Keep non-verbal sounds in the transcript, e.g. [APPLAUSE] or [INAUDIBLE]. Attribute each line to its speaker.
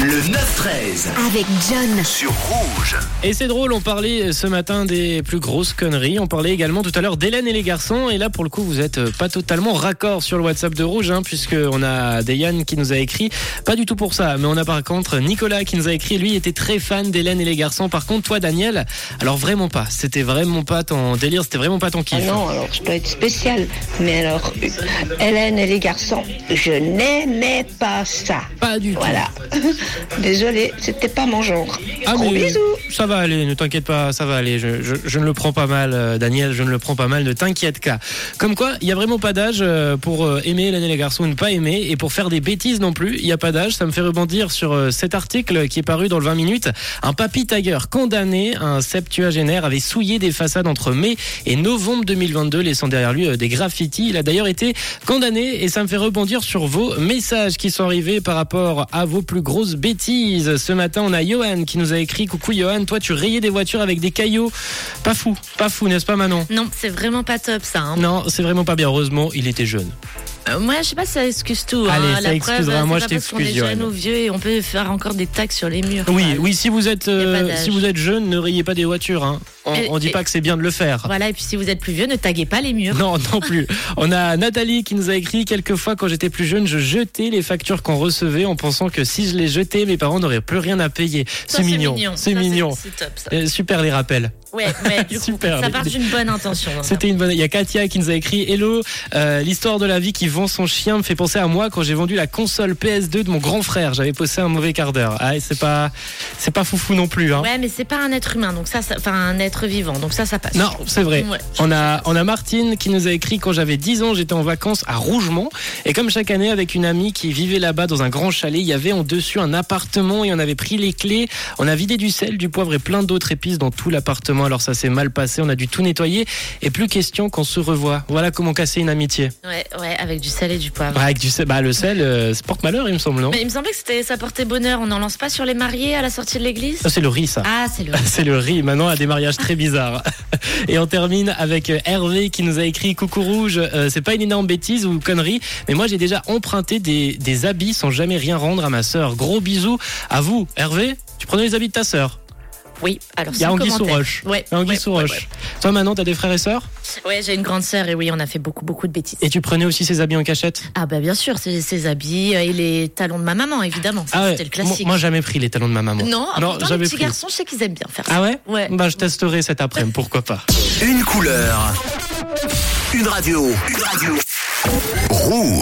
Speaker 1: Le 9-13
Speaker 2: avec John.
Speaker 1: sur Rouge.
Speaker 3: Et c'est drôle, on parlait ce matin des plus grosses conneries. On parlait également tout à l'heure d'Hélène et les garçons. Et là, pour le coup, vous êtes euh, pas totalement raccord sur le WhatsApp de Rouge, hein, puisque on a Dayan qui nous a écrit. Pas du tout pour ça, mais on a par contre Nicolas qui nous a écrit. Lui était très fan d'Hélène et les garçons. Par contre, toi, Daniel, alors vraiment pas. C'était vraiment pas ton délire, c'était vraiment pas ton
Speaker 4: Ah
Speaker 3: kiff.
Speaker 4: non, alors je dois être spécial. Mais alors, euh, Hélène et les garçons, je n'aimais pas ça.
Speaker 3: Pas du tout.
Speaker 4: Voilà. [LAUGHS] Désolée, c'était pas mon genre.
Speaker 3: Ah,
Speaker 4: Gros bisous.
Speaker 3: Ça va aller, ne t'inquiète pas, ça va aller. Je, je- je ne le prends pas mal, euh, Daniel, je ne le prends pas mal, ne t'inquiète pas. Comme quoi, il n'y a vraiment pas d'âge euh, pour euh, aimer l'année les garçons ou ne pas aimer, et pour faire des bêtises non plus, il n'y a pas d'âge. Ça me fait rebondir sur euh, cet article qui est paru dans le 20 minutes. Un papy tiger condamné, un septuagénaire, avait souillé des façades entre mai et novembre 2022, laissant derrière lui euh, des graffitis. Il a d'ailleurs été condamné, et ça me fait rebondir sur vos messages qui sont arrivés par rapport à vos plus grosses bêtises. Ce matin, on a Johan qui nous a écrit Coucou Johan, toi tu rayais des voitures avec des caillots. Pas fou, pas fou, n'est-ce pas Manon
Speaker 5: Non, c'est vraiment pas top ça. hein.
Speaker 3: Non, c'est vraiment pas bien. Heureusement, il était jeune.
Speaker 5: Euh, moi, je sais pas si ça excuse tout. hein.
Speaker 3: Allez, ça
Speaker 5: La
Speaker 3: excusera.
Speaker 5: preuve, c'est
Speaker 3: Moi,
Speaker 5: pas
Speaker 3: je
Speaker 5: parce qu'on est
Speaker 3: t'excuse,
Speaker 5: jeune
Speaker 3: Johan.
Speaker 5: ou vieux et on peut faire encore des tags sur les murs.
Speaker 3: Oui,
Speaker 5: quoi.
Speaker 3: oui, si vous êtes, euh,
Speaker 5: Il y a pas d'âge.
Speaker 3: si vous êtes jeune, ne rayez pas des voitures. hein. On,
Speaker 5: Et-
Speaker 3: on dit
Speaker 5: et-
Speaker 3: pas que c'est bien de le faire.
Speaker 5: Voilà, et puis si vous êtes plus vieux, ne taguez pas les murs.
Speaker 3: Non, non plus. On a Nathalie qui nous a écrit quelquefois quand j'étais plus jeune, je jetais les factures qu'on recevait en pensant que si je les jetais, mes parents n'auraient plus rien à payer.
Speaker 5: Ça,
Speaker 3: C'est mignon.
Speaker 5: Ça,
Speaker 3: C'est mignon.
Speaker 5: C'est top ça.
Speaker 3: Euh, Super les rappels.
Speaker 5: Ouais,
Speaker 3: [LAUGHS]
Speaker 5: mais du coup,
Speaker 3: Super,
Speaker 5: ça
Speaker 3: les-
Speaker 5: part d'une bonne intention. hein.
Speaker 3: C'était une bonne. Il y a Katia qui nous a écrit Hello, euh, l'histoire de la vie qui vend son chien me fait penser à moi quand j'ai vendu la console PS2 de mon grand frère. J'avais passé un mauvais quart d'heure. Ah, et c'est pas, c'est pas foufou non plus. Hein.
Speaker 5: Ouais, mais c'est pas un être humain, donc ça, ça- enfin un être vivant, donc ça, ça passe.
Speaker 3: Non, c'est vrai.
Speaker 5: Ouais.
Speaker 3: On a, on a Martine qui nous a écrit quand j'avais 10 ans, j'étais en vacances à Rougemont. Et comme chaque année, avec une amie qui vivait là-bas dans un grand chalet, il y avait en dessus un appartement et on avait pris les clés. On a vidé du sel, du poivre et plein d'autres épices dans tout l'appartement. Alors ça s'est mal passé, on a dû tout nettoyer. Et plus question qu'on se revoie. Voilà comment casser une amitié.
Speaker 5: Ouais, ouais, avec du sel et du poivre.
Speaker 3: Ouais, avec du sel, bah, le sel, euh, c'est porte-malheur, il me semble, non
Speaker 5: Mais il me semblait que c'était ça portait bonheur. On n'en lance pas sur les mariés à la sortie de l'église
Speaker 3: Ça, Euh, c'est le riz, ça.
Speaker 5: Ah, c'est le.
Speaker 3: C'est le riz, maintenant à des mariages très bizarres. [LAUGHS] Et on termine avec euh, Hervé qui nous a écrit Coucou rouge, euh, c'est pas une énorme bêtise ou connerie, mais moi j'ai déjà emprunté des, des habits sans jamais rien rendre à ma sœur. Gros bisous à vous, Hervé. Tu prenais les habits de ta sœur.
Speaker 5: Oui, alors
Speaker 3: Il y a
Speaker 5: sans
Speaker 3: Anguille sous
Speaker 5: commentaire.
Speaker 3: roche.
Speaker 5: Ouais.
Speaker 3: Il y a Anguille
Speaker 5: ouais,
Speaker 3: sous
Speaker 5: ouais,
Speaker 3: roche. Toi maintenant t'as des frères et sœurs
Speaker 5: ouais. Ouais, j'ai une grande sœur et oui, on a fait beaucoup, beaucoup de bêtises.
Speaker 3: et tu prenais aussi ces habits en cachette.
Speaker 5: Ah bah bien sûr, c'est ses habits euh, et les talons de ma maman, évidemment. Ça,
Speaker 3: Ah ouais,
Speaker 5: C'était le
Speaker 3: Moi,
Speaker 5: classique.
Speaker 3: moi, jamais pris les talons de ma maman.
Speaker 5: non, ah, pourtant, les
Speaker 3: j'avais
Speaker 5: petits garçons, je sais qu'ils aiment bien faire ça.
Speaker 3: Ah ouais
Speaker 5: Ouais.
Speaker 3: Bah je testerai cet après-midi, pourquoi pas.
Speaker 1: Une couleur. Une radio. Une radio. Rouge.